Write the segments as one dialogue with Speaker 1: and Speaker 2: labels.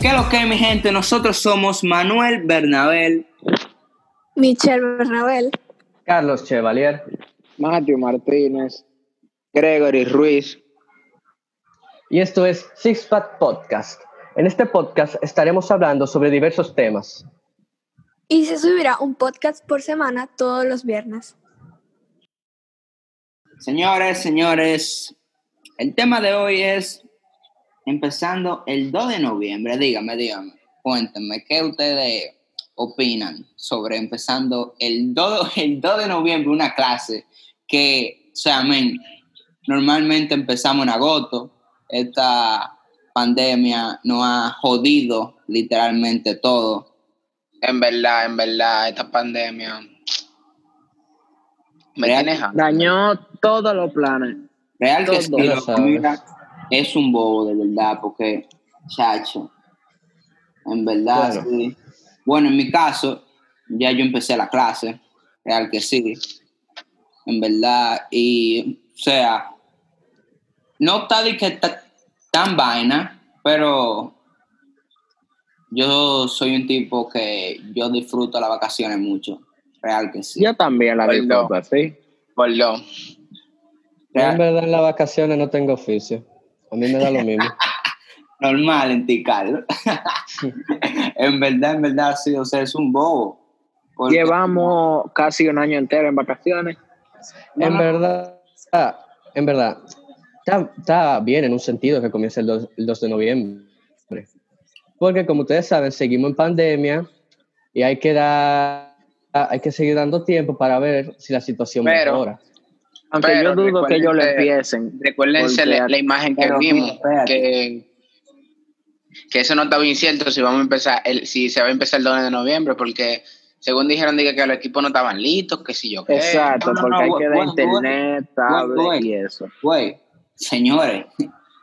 Speaker 1: ¿Qué lo que mi gente? Nosotros somos Manuel Bernabel,
Speaker 2: Michelle Bernabel,
Speaker 3: Carlos Chevalier.
Speaker 4: Matthew Martínez, Gregory Ruiz.
Speaker 3: Y esto es Six Pack Podcast. En este podcast estaremos hablando sobre diversos temas.
Speaker 2: y se subirá un podcast por semana todos los viernes.
Speaker 1: Señores, señores, el tema de hoy es empezando el 2 de noviembre. Dígame, dígame, cuéntenme, ¿qué ustedes opinan sobre empezando el 2, de- el 2 de noviembre una clase que, o sea, men, normalmente empezamos en agosto. Esta pandemia nos ha jodido literalmente todo.
Speaker 5: En verdad, en verdad, esta pandemia. Me
Speaker 1: Real-
Speaker 5: tiene harto.
Speaker 4: Dañó todos los planes.
Speaker 1: Real que
Speaker 4: Todo
Speaker 1: sí,
Speaker 4: lo
Speaker 1: loco,
Speaker 3: sabes.
Speaker 1: mira, es un bobo de verdad, porque, chacho, en verdad,
Speaker 3: Claro.
Speaker 1: sí. Bueno, en mi caso, ya yo empecé la clase, real que sí, en verdad, y, o sea, no está de que ta- tan vaina, pero yo soy un tipo que yo disfruto las vacaciones mucho, real que sí.
Speaker 4: Yo también la
Speaker 5: Perdón.
Speaker 4: disculpa, sí.
Speaker 5: Perdón.
Speaker 3: Yo
Speaker 1: Real-
Speaker 3: en verdad en las vacaciones no tengo oficio. A mí me da lo mismo.
Speaker 1: normal en ti, Carlos. en verdad, en verdad, sí, o sea, es un bobo. Porque-
Speaker 4: Llevamos casi un año entero en vacaciones.
Speaker 1: No,
Speaker 3: En
Speaker 1: no,
Speaker 3: verdad, ah, en verdad, está, está bien en un sentido que comience el 2, el 2 de noviembre. Porque como ustedes saben, seguimos en pandemia y hay que dar, hay que seguir dando tiempo para ver si la situación
Speaker 5: Pero-
Speaker 3: mejora.
Speaker 4: Aunque yo
Speaker 5: Pero
Speaker 4: dudo que
Speaker 5: recuerden
Speaker 4: ellos lo
Speaker 5: que-
Speaker 4: empiecen.
Speaker 5: Recuérdense
Speaker 4: Porque-
Speaker 5: la, la imagen que
Speaker 1: pero,
Speaker 5: vimos.
Speaker 1: espérate.
Speaker 5: Que, que eso no estaba incierto si vamos a empezar, el, si se va a empezar el 2 de noviembre, porque según dijeron dije, que los equipos no estaban listos, que si yo qué.
Speaker 4: Exacto,
Speaker 1: no, no,
Speaker 4: porque
Speaker 1: no,
Speaker 4: hay que dar
Speaker 1: bueno,
Speaker 4: internet, tablet
Speaker 1: bueno.
Speaker 4: y eso.
Speaker 1: Güey, Pues, señores,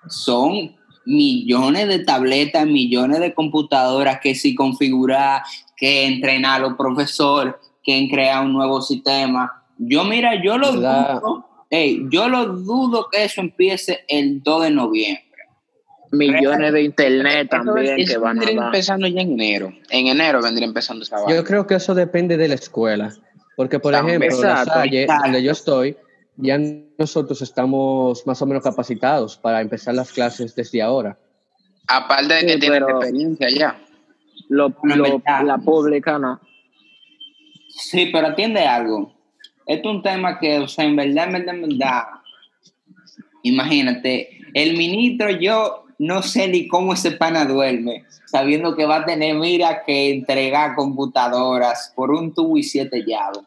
Speaker 1: son millones de tabletas, millones de computadoras que si configurar, que entrenar a los profesores, que crear un nuevo sistema. Yo, mira, yo lo
Speaker 3: ¿Verdad?
Speaker 1: dudo. ey, yo lo dudo que eso empiece el 2 de noviembre.
Speaker 4: Millones de internet
Speaker 5: Eso-
Speaker 4: también
Speaker 5: eso
Speaker 4: que van a
Speaker 5: vendría
Speaker 4: dar.
Speaker 5: empezando ya en enero. En enero vendría empezando esa vaina.
Speaker 3: Yo creo que eso depende de la escuela. Porque, por
Speaker 5: Exacto,
Speaker 3: ejemplo, en la
Speaker 4: exacto,
Speaker 3: Salle,
Speaker 1: exacto.
Speaker 3: donde yo estoy, ya nosotros estamos más o menos capacitados para empezar las clases desde ahora.
Speaker 5: Aparte de que
Speaker 4: Sí,
Speaker 5: tienen
Speaker 4: pero-
Speaker 5: experiencia ya.
Speaker 4: Lo-
Speaker 1: No,
Speaker 4: lo-
Speaker 1: verdad.
Speaker 4: la pública no.
Speaker 1: Sí, pero atiende algo. Esto es un tema que, o sea, en verdad, en verdad, en verdad. Imagínate, el ministro, yo no sé ni cómo ese pana duerme, sabiendo que va a tener, mira, que entregar computadoras por un tubo y siete llaves.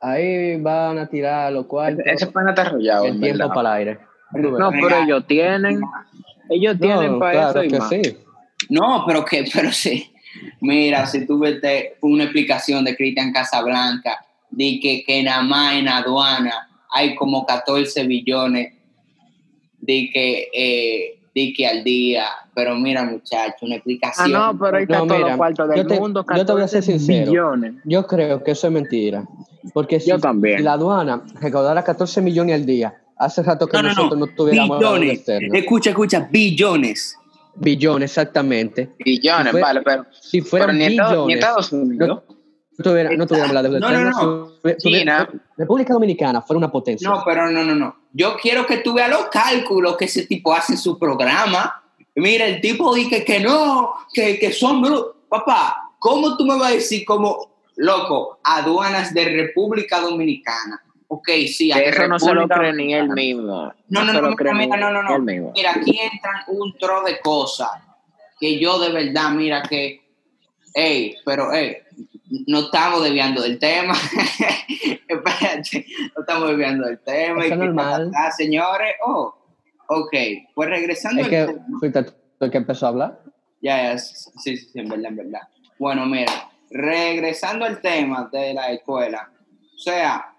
Speaker 3: Ahí van a tirar lo cual
Speaker 5: Ese pana está arrollado,
Speaker 3: el
Speaker 5: en
Speaker 3: tiempo
Speaker 5: verdad.
Speaker 3: para el aire.
Speaker 4: No, pero ellos tienen. Ellos tienen para
Speaker 3: claro
Speaker 4: eso y
Speaker 3: que
Speaker 4: más.
Speaker 3: sí.
Speaker 1: No, pero que, pero sí. Mira, si tú viste una explicación de Cristian Casablanca, di que, que nada más en aduana hay como 14 billones, di que, eh, di que al día, pero mira muchacho, una
Speaker 4: Ah,
Speaker 1: explicación.
Speaker 4: no, pero ahí está
Speaker 3: No,
Speaker 4: todos
Speaker 3: mira,
Speaker 4: los cuartos del
Speaker 3: yo te-
Speaker 4: mundo.
Speaker 3: yo te voy a ser
Speaker 4: 14
Speaker 3: sincero.
Speaker 4: billones.
Speaker 3: Yo creo que eso es mentira. Porque si
Speaker 4: Yo también.
Speaker 3: la aduana recaudara 14 millones al día, hace rato que
Speaker 1: No, no,
Speaker 3: nosotros no,
Speaker 1: no,
Speaker 3: tuviéramos deuda
Speaker 1: billones.
Speaker 3: externa.
Speaker 1: Escucha, escucha, billones.
Speaker 3: Billones, exactamente.
Speaker 5: Billones,
Speaker 3: Fue-
Speaker 5: vale, pero,
Speaker 3: Si
Speaker 5: pero
Speaker 3: fueran
Speaker 5: ni,
Speaker 3: billones,
Speaker 5: Estados, ni Estados Unidos.
Speaker 3: no, tuviera- no tuviéramos la deuda
Speaker 1: No, no,
Speaker 3: externa.
Speaker 1: no.
Speaker 3: Si tuvi- tuvi-
Speaker 5: China.
Speaker 3: República Dominicana fuera una potencia.
Speaker 1: No, pero no, no, no. Yo quiero que tú veas los cálculos que ese tipo hace en su programa. Mira, el tipo dice que no, que, que son bru- Papá, ¿cómo tú me vas a decir como, loco, aduanas de República Dominicana? Ok, sí, hay
Speaker 4: Eso no se lo
Speaker 1: República
Speaker 4: cree ni él
Speaker 1: Dominicana.
Speaker 4: mismo.
Speaker 1: No, no, no,
Speaker 4: se lo
Speaker 1: mira,
Speaker 4: cree ni
Speaker 1: mira, no, no, no.
Speaker 4: él mismo.
Speaker 1: Mira, aquí entran un tro de cosas que yo de verdad, mira que, hey, pero hey, no estamos desviando del tema. Espérate, no estamos desviando del tema.
Speaker 3: Eso
Speaker 1: Y
Speaker 3: es normal.
Speaker 1: Ah, señores, oh, ok, pues regresando
Speaker 3: es
Speaker 1: al
Speaker 3: que
Speaker 1: tema.
Speaker 3: fuiste tú el que empezó a hablar.
Speaker 1: Ya, ya, sí, sí, sí, en verdad, en verdad. Bueno, mira, regresando al tema de la escuela, o sea,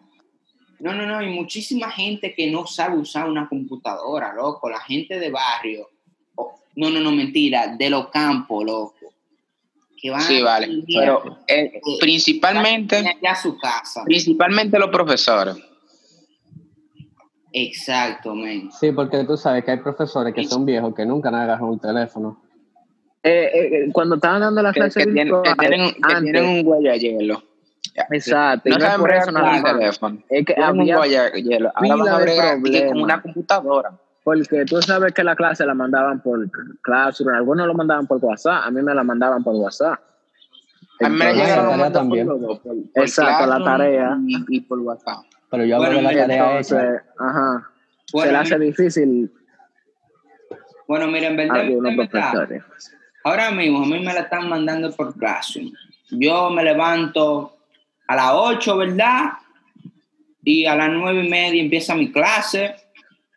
Speaker 1: no, no, no, hay muchísima gente que no sabe usar una computadora, loco, la gente de barrio, o- no, no, no, mentira, de los campos, loco, que van
Speaker 4: Ah,
Speaker 5: Sí, vale,
Speaker 1: y mira,
Speaker 5: Pero eh,
Speaker 1: van
Speaker 5: principalmente,
Speaker 1: allá a su casa.
Speaker 5: principalmente los profesores.
Speaker 1: Exacto, men.
Speaker 3: Sí, porque tú sabes que hay profesores que son viejos que nunca han agarrado un teléfono.
Speaker 4: eh, eh, cuando estaban dando las
Speaker 5: Que,
Speaker 4: clases
Speaker 5: que tienen, que
Speaker 4: virtuales,
Speaker 5: tienen- que
Speaker 4: antes,
Speaker 5: tienen un huella de hielo. Ya.
Speaker 4: Exacto. y
Speaker 5: No
Speaker 4: no es
Speaker 5: saben
Speaker 4: por
Speaker 5: bregar
Speaker 4: eso
Speaker 5: con
Speaker 4: nada
Speaker 5: el
Speaker 4: más.
Speaker 5: teléfono.
Speaker 4: Es que
Speaker 5: Tienen un
Speaker 4: había
Speaker 5: huella de hielo. Ahora
Speaker 4: pila
Speaker 5: van a
Speaker 4: de
Speaker 5: bregar y que con
Speaker 4: problemas.
Speaker 5: una computadora.
Speaker 4: Porque tú sabes que la clase la mandaban por Classroom, algunos lo mandaban por WhatsApp, a mí me la mandaban por WhatsApp.
Speaker 5: A mí me la
Speaker 3: Entonces,
Speaker 5: llegaron
Speaker 3: la
Speaker 5: a
Speaker 3: tarea
Speaker 5: mandar por
Speaker 3: también.
Speaker 5: los dos, por- por
Speaker 4: Exacto, la
Speaker 5: Classroom
Speaker 4: tarea.
Speaker 5: Y, y por WhatsApp.
Speaker 3: Pero yo hablo
Speaker 1: Bueno,
Speaker 3: de la tarea hecha.
Speaker 4: Entonces, ajá, se
Speaker 1: Bueno,
Speaker 4: le hace
Speaker 1: mira,
Speaker 4: difícil
Speaker 1: bueno, mira, en
Speaker 4: a
Speaker 5: Ah,
Speaker 1: verdad,
Speaker 4: algunos
Speaker 1: en verdad,
Speaker 4: profesores.
Speaker 1: ahora mismo a mí me la están mandando por Classroom. Yo me levanto a las 8, ¿verdad? Y a las 9 y media empieza mi clase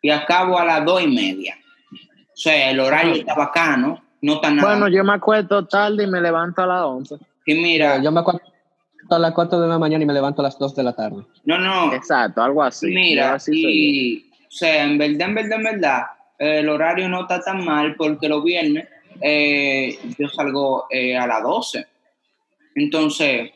Speaker 1: y acabo a las 2 y media. O sea, el horario está bacano, no está nada.
Speaker 4: Bueno, yo me acuesto tarde y me levanto a las 11.
Speaker 1: y mira,
Speaker 3: Yo me acuerdo a las 4 de la mañana y me levanto a las 2 de la tarde.
Speaker 1: no, no,
Speaker 4: Exacto, algo así. Yo
Speaker 1: Mira,
Speaker 4: así soy
Speaker 1: y, o sea, en verdad, en verdad, en verdad, eh, el horario no está tan mal porque los viernes eh, yo salgo eh, a las 12. Entonces,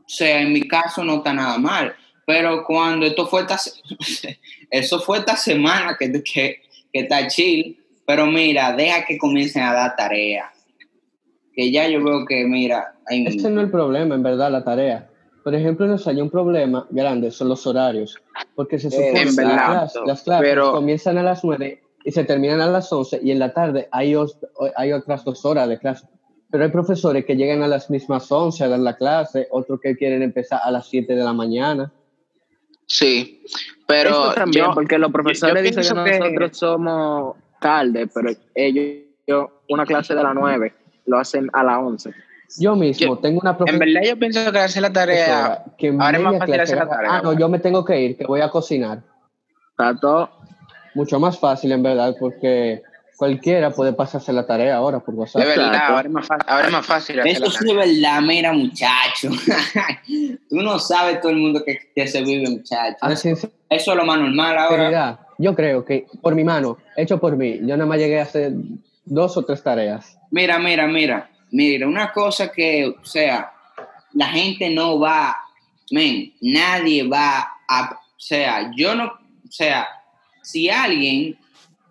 Speaker 1: o sea, en mi caso no está nada mal. Pero cuando esto fue esta, se- eso fue esta semana que, que, que está chill. Pero mira, deja que comiencen a dar tarea. Que ya yo veo que, mira, hay un-
Speaker 3: Ese no es el problema, en verdad, la tarea. Por ejemplo, en España un problema grande son los horarios, porque se supone
Speaker 5: en
Speaker 3: que las,
Speaker 5: verdad,
Speaker 3: clas- las clases
Speaker 5: pero-
Speaker 3: comienzan a las 9 y se terminan a las 11 y en la tarde hay, os- hay otras dos horas de clase. Pero hay profesores que llegan a las mismas 11 a dar la clase, otros que quieren empezar a las 7 de la mañana.
Speaker 5: Sí.
Speaker 4: yo.
Speaker 5: Pero
Speaker 4: Eso también,
Speaker 5: yo,
Speaker 4: porque los profesores dicen
Speaker 5: pienso
Speaker 4: que
Speaker 5: que-
Speaker 4: nosotros somos tarde, pero ellos, yo- una clase de las 9, lo hacen a las 11.
Speaker 3: Yo mismo tengo una
Speaker 5: en
Speaker 3: profesora
Speaker 5: verdad yo pienso que hacer la tarea...
Speaker 3: que en
Speaker 5: ahora es más
Speaker 3: media
Speaker 5: fácil
Speaker 3: clase
Speaker 5: hacer la
Speaker 3: agarra,
Speaker 5: tarea,
Speaker 3: ah, no,
Speaker 5: bueno".
Speaker 3: yo me tengo que ir, que voy a cocinar.
Speaker 4: Está todo.
Speaker 3: Mucho más fácil, en verdad, porque cualquiera puede pasarse la tarea ahora por WhatsApp.
Speaker 5: De verdad,
Speaker 4: Exacto.
Speaker 5: ahora es más fácil, ahora es más fácil hacer
Speaker 1: Eso
Speaker 5: la
Speaker 1: sí es
Speaker 5: tarea.
Speaker 1: verdad, mira, muchacho. Tú no sabes todo el mundo que, que se vive, muchacho.
Speaker 3: A
Speaker 1: Eso, eso es lo más normal ahora.
Speaker 3: Ah, sinceridad, yo creo que por mi mano, hecho por mí, yo nada más llegué a hacer dos o tres tareas.
Speaker 1: Mira, mira, mira. Mira, una cosa que, o sea, la gente no va, men, nadie va a, o sea, yo no, o sea, si alguien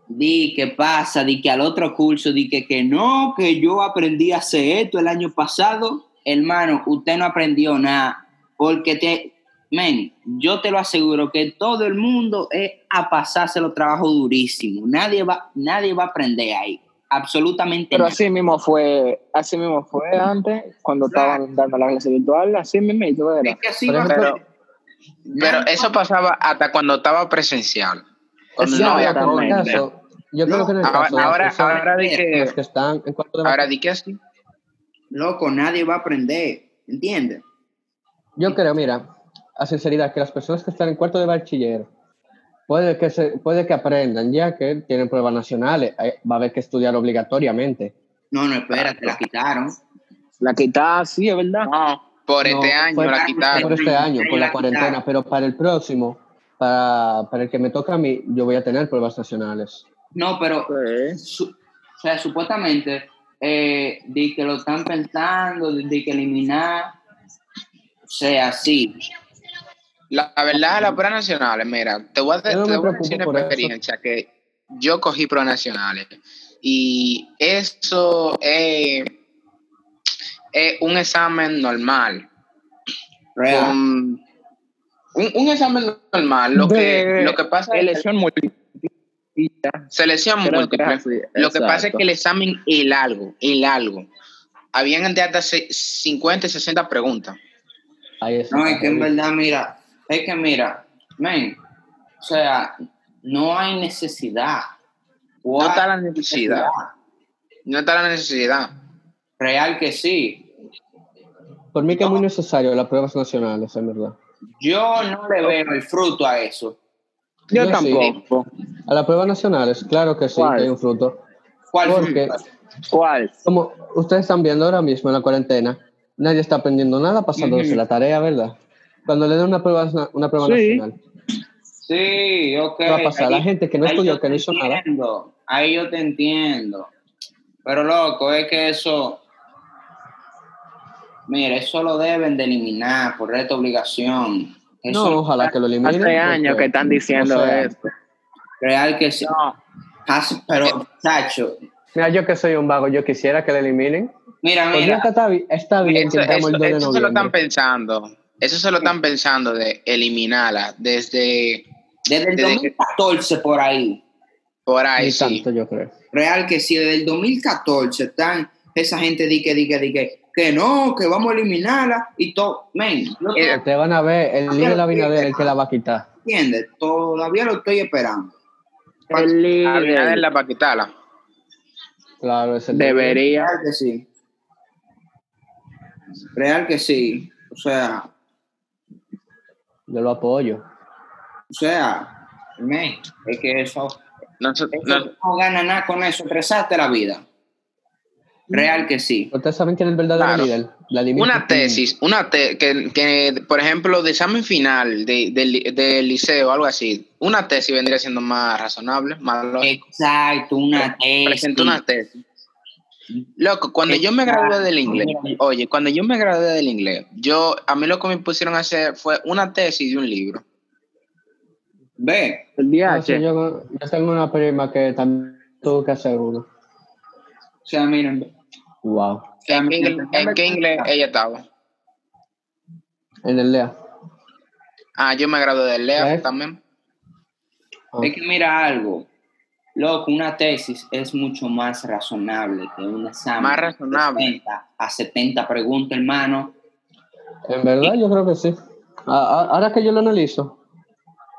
Speaker 1: di que pasa, di que al otro curso, di que, que no, que yo aprendí a hacer esto el año pasado, hermano, usted no aprendió nada, porque te, men, yo te lo aseguro que todo el mundo es a pasarse los trabajos durísimo, nadie va, nadie va a aprender ahí, absolutamente
Speaker 4: Pero
Speaker 1: nada.
Speaker 4: así mismo fue, así mismo fue antes, cuando
Speaker 1: Claro.
Speaker 4: estaban dando la clase virtual, así mismo y todo
Speaker 1: Es
Speaker 4: era.
Speaker 1: que así
Speaker 3: Por
Speaker 1: va a
Speaker 3: ejemplo,
Speaker 1: ser.
Speaker 5: Pero
Speaker 1: Nadie-
Speaker 5: eso pasaba hasta cuando estaba presencial. Cuando
Speaker 3: Exacto,
Speaker 5: no había
Speaker 3: pero en el
Speaker 5: COVID.
Speaker 4: Exactamente.
Speaker 3: caso, yo creo que en el
Speaker 5: ¿eh? ahora-
Speaker 3: caso de las
Speaker 5: ahora-
Speaker 3: personas
Speaker 5: ahora di que-
Speaker 3: las que están en cuarto de
Speaker 5: Ahora di que así.
Speaker 1: loco, nadie va a aprender, ¿entiendes?
Speaker 3: Yo creo, mira, a sinceridad, que las personas que están en cuarto de bachiller puede que, se, puede que aprendan, ya que tienen pruebas nacionales, eh, va a haber que estudiar obligatoriamente.
Speaker 1: No, no, espérate, la quitaron.
Speaker 4: La quitaba sí, es verdad.
Speaker 5: No, por
Speaker 3: No,
Speaker 5: este año
Speaker 3: fue-
Speaker 5: la
Speaker 3: Por
Speaker 5: quitaron.
Speaker 3: este año, por la
Speaker 1: La
Speaker 3: cuarentena,
Speaker 1: quitaron.
Speaker 3: pero para el próximo, para, para el que me toca a mí, yo voy a tener pruebas nacionales.
Speaker 1: No, pero,
Speaker 4: Sí.
Speaker 1: su- o sea, supuestamente, eh, de que lo están pensando, de, de que eliminar, o sea, sí.
Speaker 5: La verdad, las pruebas nacionales, mira, te voy a, te
Speaker 3: Yo no me
Speaker 5: voy a
Speaker 3: preocupo
Speaker 5: decir una
Speaker 3: por eso.
Speaker 5: experiencia que yo cogí pruebas nacionales y eso es, es un examen normal.
Speaker 1: real.
Speaker 5: con- un, un examen normal, lo que,
Speaker 4: De-
Speaker 5: lo que pasa es que
Speaker 4: Elección múltiple.
Speaker 5: selección
Speaker 4: Creo que
Speaker 5: múltiple.
Speaker 4: es así,
Speaker 5: Lo que pasa es
Speaker 4: exacto.
Speaker 5: que el examen es largo, es largo. Habían de hasta se- 50 y 60 preguntas.
Speaker 3: Ahí está.
Speaker 1: No, es que en verdad, mira, es que mira, men, o sea, no hay necesidad.
Speaker 5: No está la necesidad. Ah, No está la necesidad.
Speaker 1: Real que sí.
Speaker 3: Por mí que es muy necesario las pruebas nacionales, en verdad.
Speaker 1: Yo no le veo el fruto a eso.
Speaker 4: Yo
Speaker 3: Yo sí.
Speaker 4: tampoco.
Speaker 3: A las pruebas nacionales, claro que sí,
Speaker 4: ¿Cuál?
Speaker 3: que hay un fruto.
Speaker 1: ¿Cuál
Speaker 3: Porque,
Speaker 1: fruto?
Speaker 4: ¿Cuál?
Speaker 3: como ustedes están viendo ahora mismo en la cuarentena, nadie está aprendiendo nada pasándose
Speaker 1: Ujú.
Speaker 3: la tarea, ¿verdad? Cuando le den una prueba, na- una prueba
Speaker 4: Sí.
Speaker 3: nacional,
Speaker 1: Sí, ok.
Speaker 3: ¿qué va a pasar? La gente que no
Speaker 1: ahí
Speaker 3: estudió,
Speaker 1: yo
Speaker 3: que no
Speaker 1: te
Speaker 3: hizo nada,
Speaker 1: entiendo, Ahí yo te entiendo. Pero loco, es que eso. Mira, eso lo deben de eliminar por esta obligación. Eso
Speaker 3: no, ojalá que lo eliminen.
Speaker 4: Hace años
Speaker 3: porque,
Speaker 4: que están diciendo
Speaker 3: o sea,
Speaker 4: eso. Ah,
Speaker 1: real que sí.
Speaker 4: No,
Speaker 1: Hace- pero, Sacho,
Speaker 3: Mira, yo que soy un vago, yo quisiera que lo eliminen.
Speaker 1: Mira,
Speaker 3: Pues
Speaker 1: mira.
Speaker 3: nunca está, bi- está bien
Speaker 5: Eso,
Speaker 3: que estamos el 2
Speaker 5: eso-
Speaker 3: de
Speaker 5: eso se lo están
Speaker 3: noviembre.
Speaker 5: pensando. Eso se lo están pensando de eliminarla desde
Speaker 1: Desde el
Speaker 5: Desde que-
Speaker 1: 2014 por ahí.
Speaker 5: por ahí.
Speaker 3: Ni
Speaker 5: Sí.
Speaker 3: tanto, yo creo.
Speaker 1: Real que sí, desde el 2014 están esa gente di que, di que, di que, que no, que vamos a eliminarla y todo. Men, yo
Speaker 5: Eh,
Speaker 3: Ustedes van a ver, el líder de la Abinader es el que la va a quitar.
Speaker 1: entiende, todavía lo estoy esperando.
Speaker 4: El líder
Speaker 5: Abinaderla para quitarla.
Speaker 3: Claro, ese
Speaker 4: debería.
Speaker 1: Real que sí. Real que sí. O sea,
Speaker 3: Yo lo apoyo.
Speaker 1: o sea, men, es que eso,
Speaker 5: Noso-
Speaker 1: eso
Speaker 5: nos-
Speaker 1: no gana nada con eso, estresaste la vida. Real que sí.
Speaker 3: Ustedes saben quién es el verdadero
Speaker 5: Claro.
Speaker 3: líder. Vladimir
Speaker 5: una
Speaker 3: Putin.
Speaker 5: tesis, una te- que, que, por ejemplo, de examen final de- del del liceo, algo así, una tesis vendría siendo más razonable, más lógico.
Speaker 1: Exacto, una
Speaker 5: Presentó
Speaker 1: tesis.
Speaker 5: una tesis. Loco, cuando yo me gradué del inglés, oye, cuando yo me gradué del inglés, yo, a mí lo que me pusieron a hacer fue una tesis de un libro.
Speaker 1: Ve,
Speaker 4: El
Speaker 3: No sé,
Speaker 4: DH.
Speaker 3: yo, yo tengo una prima que también tuvo que hacer uno.
Speaker 1: o sea, miren,
Speaker 3: Wow.
Speaker 5: ¿En qué inglés, en qué inglés ella estaba?
Speaker 3: En el LEA.
Speaker 5: Ah, yo me gradué del
Speaker 3: ¿Sabes?
Speaker 5: LEA también.
Speaker 3: Ah.
Speaker 1: Es que mira algo, loco, una tesis es mucho más razonable que un examen.
Speaker 5: Más razonable.
Speaker 1: de 60 a 70 preguntas, hermano.
Speaker 3: En verdad, yo creo que sí. A- a- Ahora que yo lo analizo,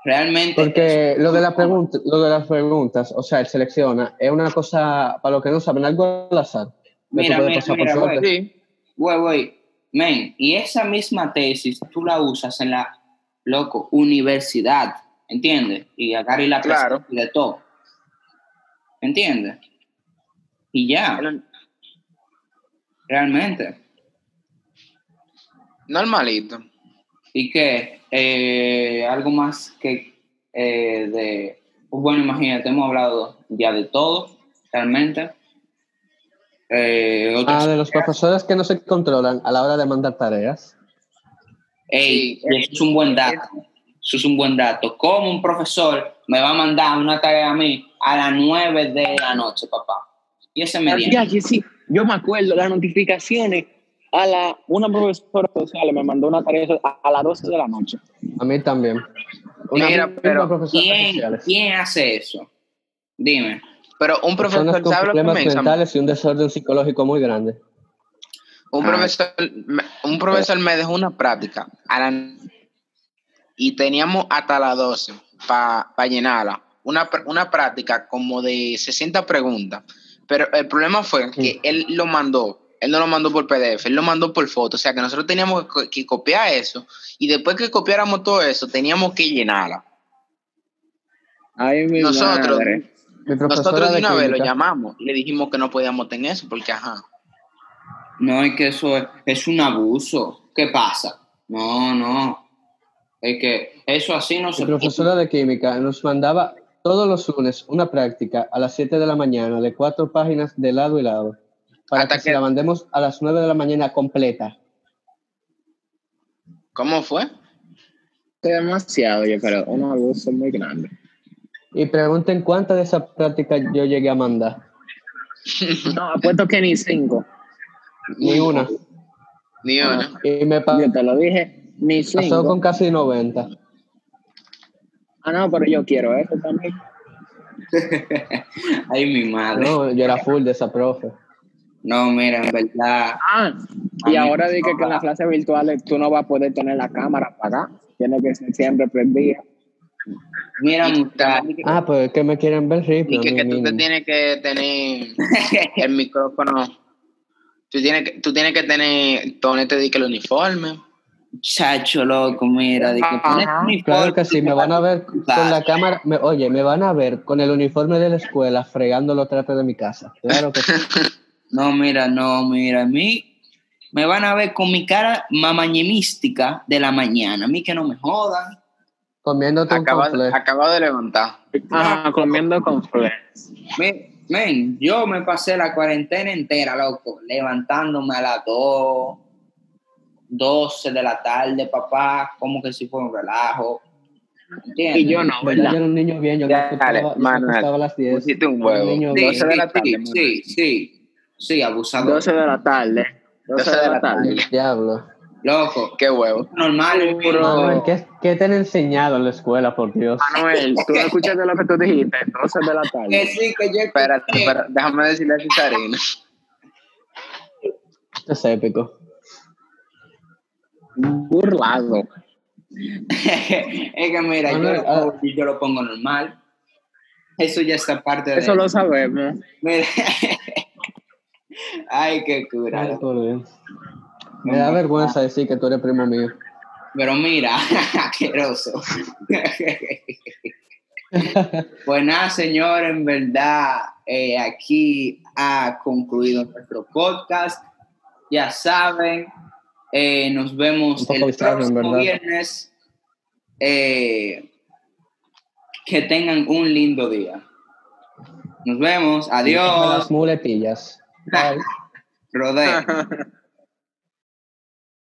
Speaker 1: Realmente.
Speaker 3: porque lo de, la pregunta, lo de las preguntas, o sea, el selecciona, es una cosa, para los que no saben, algo al azar. que
Speaker 1: Mira,
Speaker 3: tú puedes
Speaker 1: mira,
Speaker 3: pasar por
Speaker 1: mira,
Speaker 3: suerte.
Speaker 1: güey.
Speaker 5: Sí.
Speaker 1: Güey, güey, men, y esa misma tesis tú la usas en la, loco, universidad, ¿entiendes? Y agarra y la
Speaker 5: Claro.
Speaker 1: presenta y de todo. ¿Entiendes? Y ya, realmente.
Speaker 5: Normalito.
Speaker 1: Y que eh, algo más que eh, de. Bueno, imagínate, hemos hablado ya de todo, realmente. Eh, otro-
Speaker 3: Ah, de los profesores que no se controlan a la hora de mandar tareas.
Speaker 1: Ey,
Speaker 5: Sí,
Speaker 1: y eso es un buen dato. Eso es un buen dato. ¿Cómo un profesor me va a mandar una tarea a mí a las 9 de la noche, papá? Y ese me
Speaker 4: El
Speaker 1: viene.
Speaker 4: DH, sí. Yo me acuerdo las notificaciones. A la, una profesora social me mandó una tarea a, a las 12 de la noche.
Speaker 3: A mí también. Una
Speaker 5: Mira,
Speaker 3: misma
Speaker 5: pero
Speaker 3: profesora de
Speaker 1: ¿Quién,
Speaker 3: sociales.
Speaker 1: quién hace eso? Dime.
Speaker 5: Pero un
Speaker 3: Personas
Speaker 5: profesor
Speaker 3: con
Speaker 5: sabe lo que
Speaker 3: problemas
Speaker 5: me hizo a mí?
Speaker 3: mentales y un desorden psicológico muy grande.
Speaker 5: Un
Speaker 1: Ah.
Speaker 5: profesor, me- un profesor me dejó una práctica a la- y teníamos hasta las 12 para llenarla. Una, pr- una práctica como de 60 preguntas. Pero el problema fue que
Speaker 3: Sí.
Speaker 5: él lo mandó. Él no lo mandó por PDF, él lo mandó por foto. O sea que nosotros teníamos que, co- que copiar eso. Y después que copiáramos todo eso, teníamos que llenarla.
Speaker 4: Ay, mi
Speaker 5: Nosotros,
Speaker 4: madre.
Speaker 3: Mi profesora
Speaker 5: nosotros de
Speaker 3: de
Speaker 5: una vez lo
Speaker 3: química-
Speaker 5: llamamos y le dijimos que no podíamos tener eso porque, ajá.
Speaker 1: No, es que eso es, es un abuso. ¿Qué pasa? No, no. Es que eso así no
Speaker 3: Mi
Speaker 1: se
Speaker 3: profesora de química nos mandaba todos los lunes una práctica a las 7 de la mañana de cuatro páginas de lado y lado para
Speaker 5: Hasta
Speaker 3: que, se
Speaker 5: que-
Speaker 3: la mandemos a las 9 de la mañana completa.
Speaker 5: ¿Cómo fue?
Speaker 4: Demasiado, yo creo. Unos abusos muy grandes.
Speaker 3: Y pregunten cuántas de esas prácticas yo llegué a mandar.
Speaker 4: No, apuesto que ni cinco.
Speaker 3: Ni una.
Speaker 5: Ni
Speaker 4: Ah.
Speaker 5: una.
Speaker 3: Y me pa-
Speaker 4: Yo te lo dije, ni
Speaker 3: pasó
Speaker 4: cinco.
Speaker 3: con casi 90.
Speaker 4: Ah, no, pero yo quiero eso también.
Speaker 1: puede. Ay, mi madre. No,
Speaker 3: No, yo era full de esa profe.
Speaker 1: mira, en verdad.
Speaker 4: Ah, y
Speaker 1: Ah,
Speaker 4: ahora
Speaker 1: no,
Speaker 4: dije que,
Speaker 1: no,
Speaker 4: en
Speaker 1: va.
Speaker 4: las clases virtuales tú no vas a poder tener la cámara apagada. Tiene que ser siempre prendida.
Speaker 1: Mira,
Speaker 5: Y
Speaker 1: muchacha.
Speaker 5: también-
Speaker 3: Ah, pues es que me quieren ver
Speaker 5: Y
Speaker 3: ripio.
Speaker 5: que,
Speaker 3: a
Speaker 5: que
Speaker 3: mí
Speaker 5: tú te
Speaker 3: mismo.
Speaker 5: tienes que tener el micrófono. Tú tienes que, tú tienes que tener, ponerte di que el uniforme.
Speaker 1: Chacho, loco, mira. De que
Speaker 5: Ajá.
Speaker 1: ponete uniforme
Speaker 3: Claro que sí,
Speaker 1: y
Speaker 3: me
Speaker 1: te
Speaker 3: van a
Speaker 1: vas
Speaker 3: ver
Speaker 1: tu casa.
Speaker 3: con la cámara, me- oye, me van a ver con el uniforme de la escuela fregando los tratos de mi casa. Claro que sí.
Speaker 1: No, mira, no, mira, a mí me van a ver con mi cara mamañemística de la mañana. A mí que no me jodan.
Speaker 3: Comiéndote un
Speaker 5: Acaba,
Speaker 3: complejo.
Speaker 5: acaba de levantar.
Speaker 4: Ajá, comiendo con flores.
Speaker 1: Me- Men, yo me pasé la cuarentena entera, loco, levantándome a las 2, 12 de la tarde, papá, como que si fuera un relajo. ¿Entiendes?
Speaker 4: Y yo no,
Speaker 3: Yo era
Speaker 4: ¿verdad?
Speaker 3: un niño bien, yo me
Speaker 5: Dale,
Speaker 3: acostaba, yo me
Speaker 5: Manuel,
Speaker 3: acostaba a las 10.
Speaker 5: pusiste un
Speaker 3: era
Speaker 5: huevo.
Speaker 3: niño
Speaker 1: Sí,
Speaker 3: bien.
Speaker 4: 12 de la tarde,
Speaker 1: sí,
Speaker 4: mano.
Speaker 1: sí, sí, sí, abusador.
Speaker 4: 12 de la tarde. 12 de la tarde.
Speaker 3: Diablo.
Speaker 1: Loco,
Speaker 5: Qué huevo.
Speaker 1: normal. el
Speaker 4: Puro-
Speaker 1: mismo.
Speaker 3: Manuel, ¿qué, ¿qué te han enseñado en la escuela, por Dios?
Speaker 5: Ah.
Speaker 4: Manuel, tú no escuchaste lo que tú dijiste, 12 de la
Speaker 1: Que
Speaker 4: tarde.
Speaker 1: sí, que yo
Speaker 5: Espérate,
Speaker 1: escuché.
Speaker 5: espérate, déjame decirle a Cesarina.
Speaker 3: Esto es épico.
Speaker 4: Burlado.
Speaker 1: es que mira, yo,
Speaker 3: Manuel,
Speaker 1: lo
Speaker 3: ah.
Speaker 1: pongo, yo lo pongo normal. Eso ya está parte de.
Speaker 4: Eso lo sabemos.
Speaker 1: Mira. Ay, qué cura.
Speaker 3: Ay,
Speaker 1: loco.
Speaker 3: por Dios. Me da vergüenza decir que tú eres primo mío.
Speaker 1: Pero mira, asqueroso. pues nada, señor, en verdad, eh, aquí ha concluido nuestro podcast. Ya saben, eh, nos
Speaker 3: Un
Speaker 1: vemos
Speaker 3: poco
Speaker 1: el
Speaker 3: bizarro, en
Speaker 1: próximo
Speaker 3: verdad.
Speaker 1: viernes. Eh, que tengan un lindo día. Nos vemos.
Speaker 3: Deja
Speaker 1: Adiós.
Speaker 3: Las muletillas. Bye.
Speaker 1: Rodé.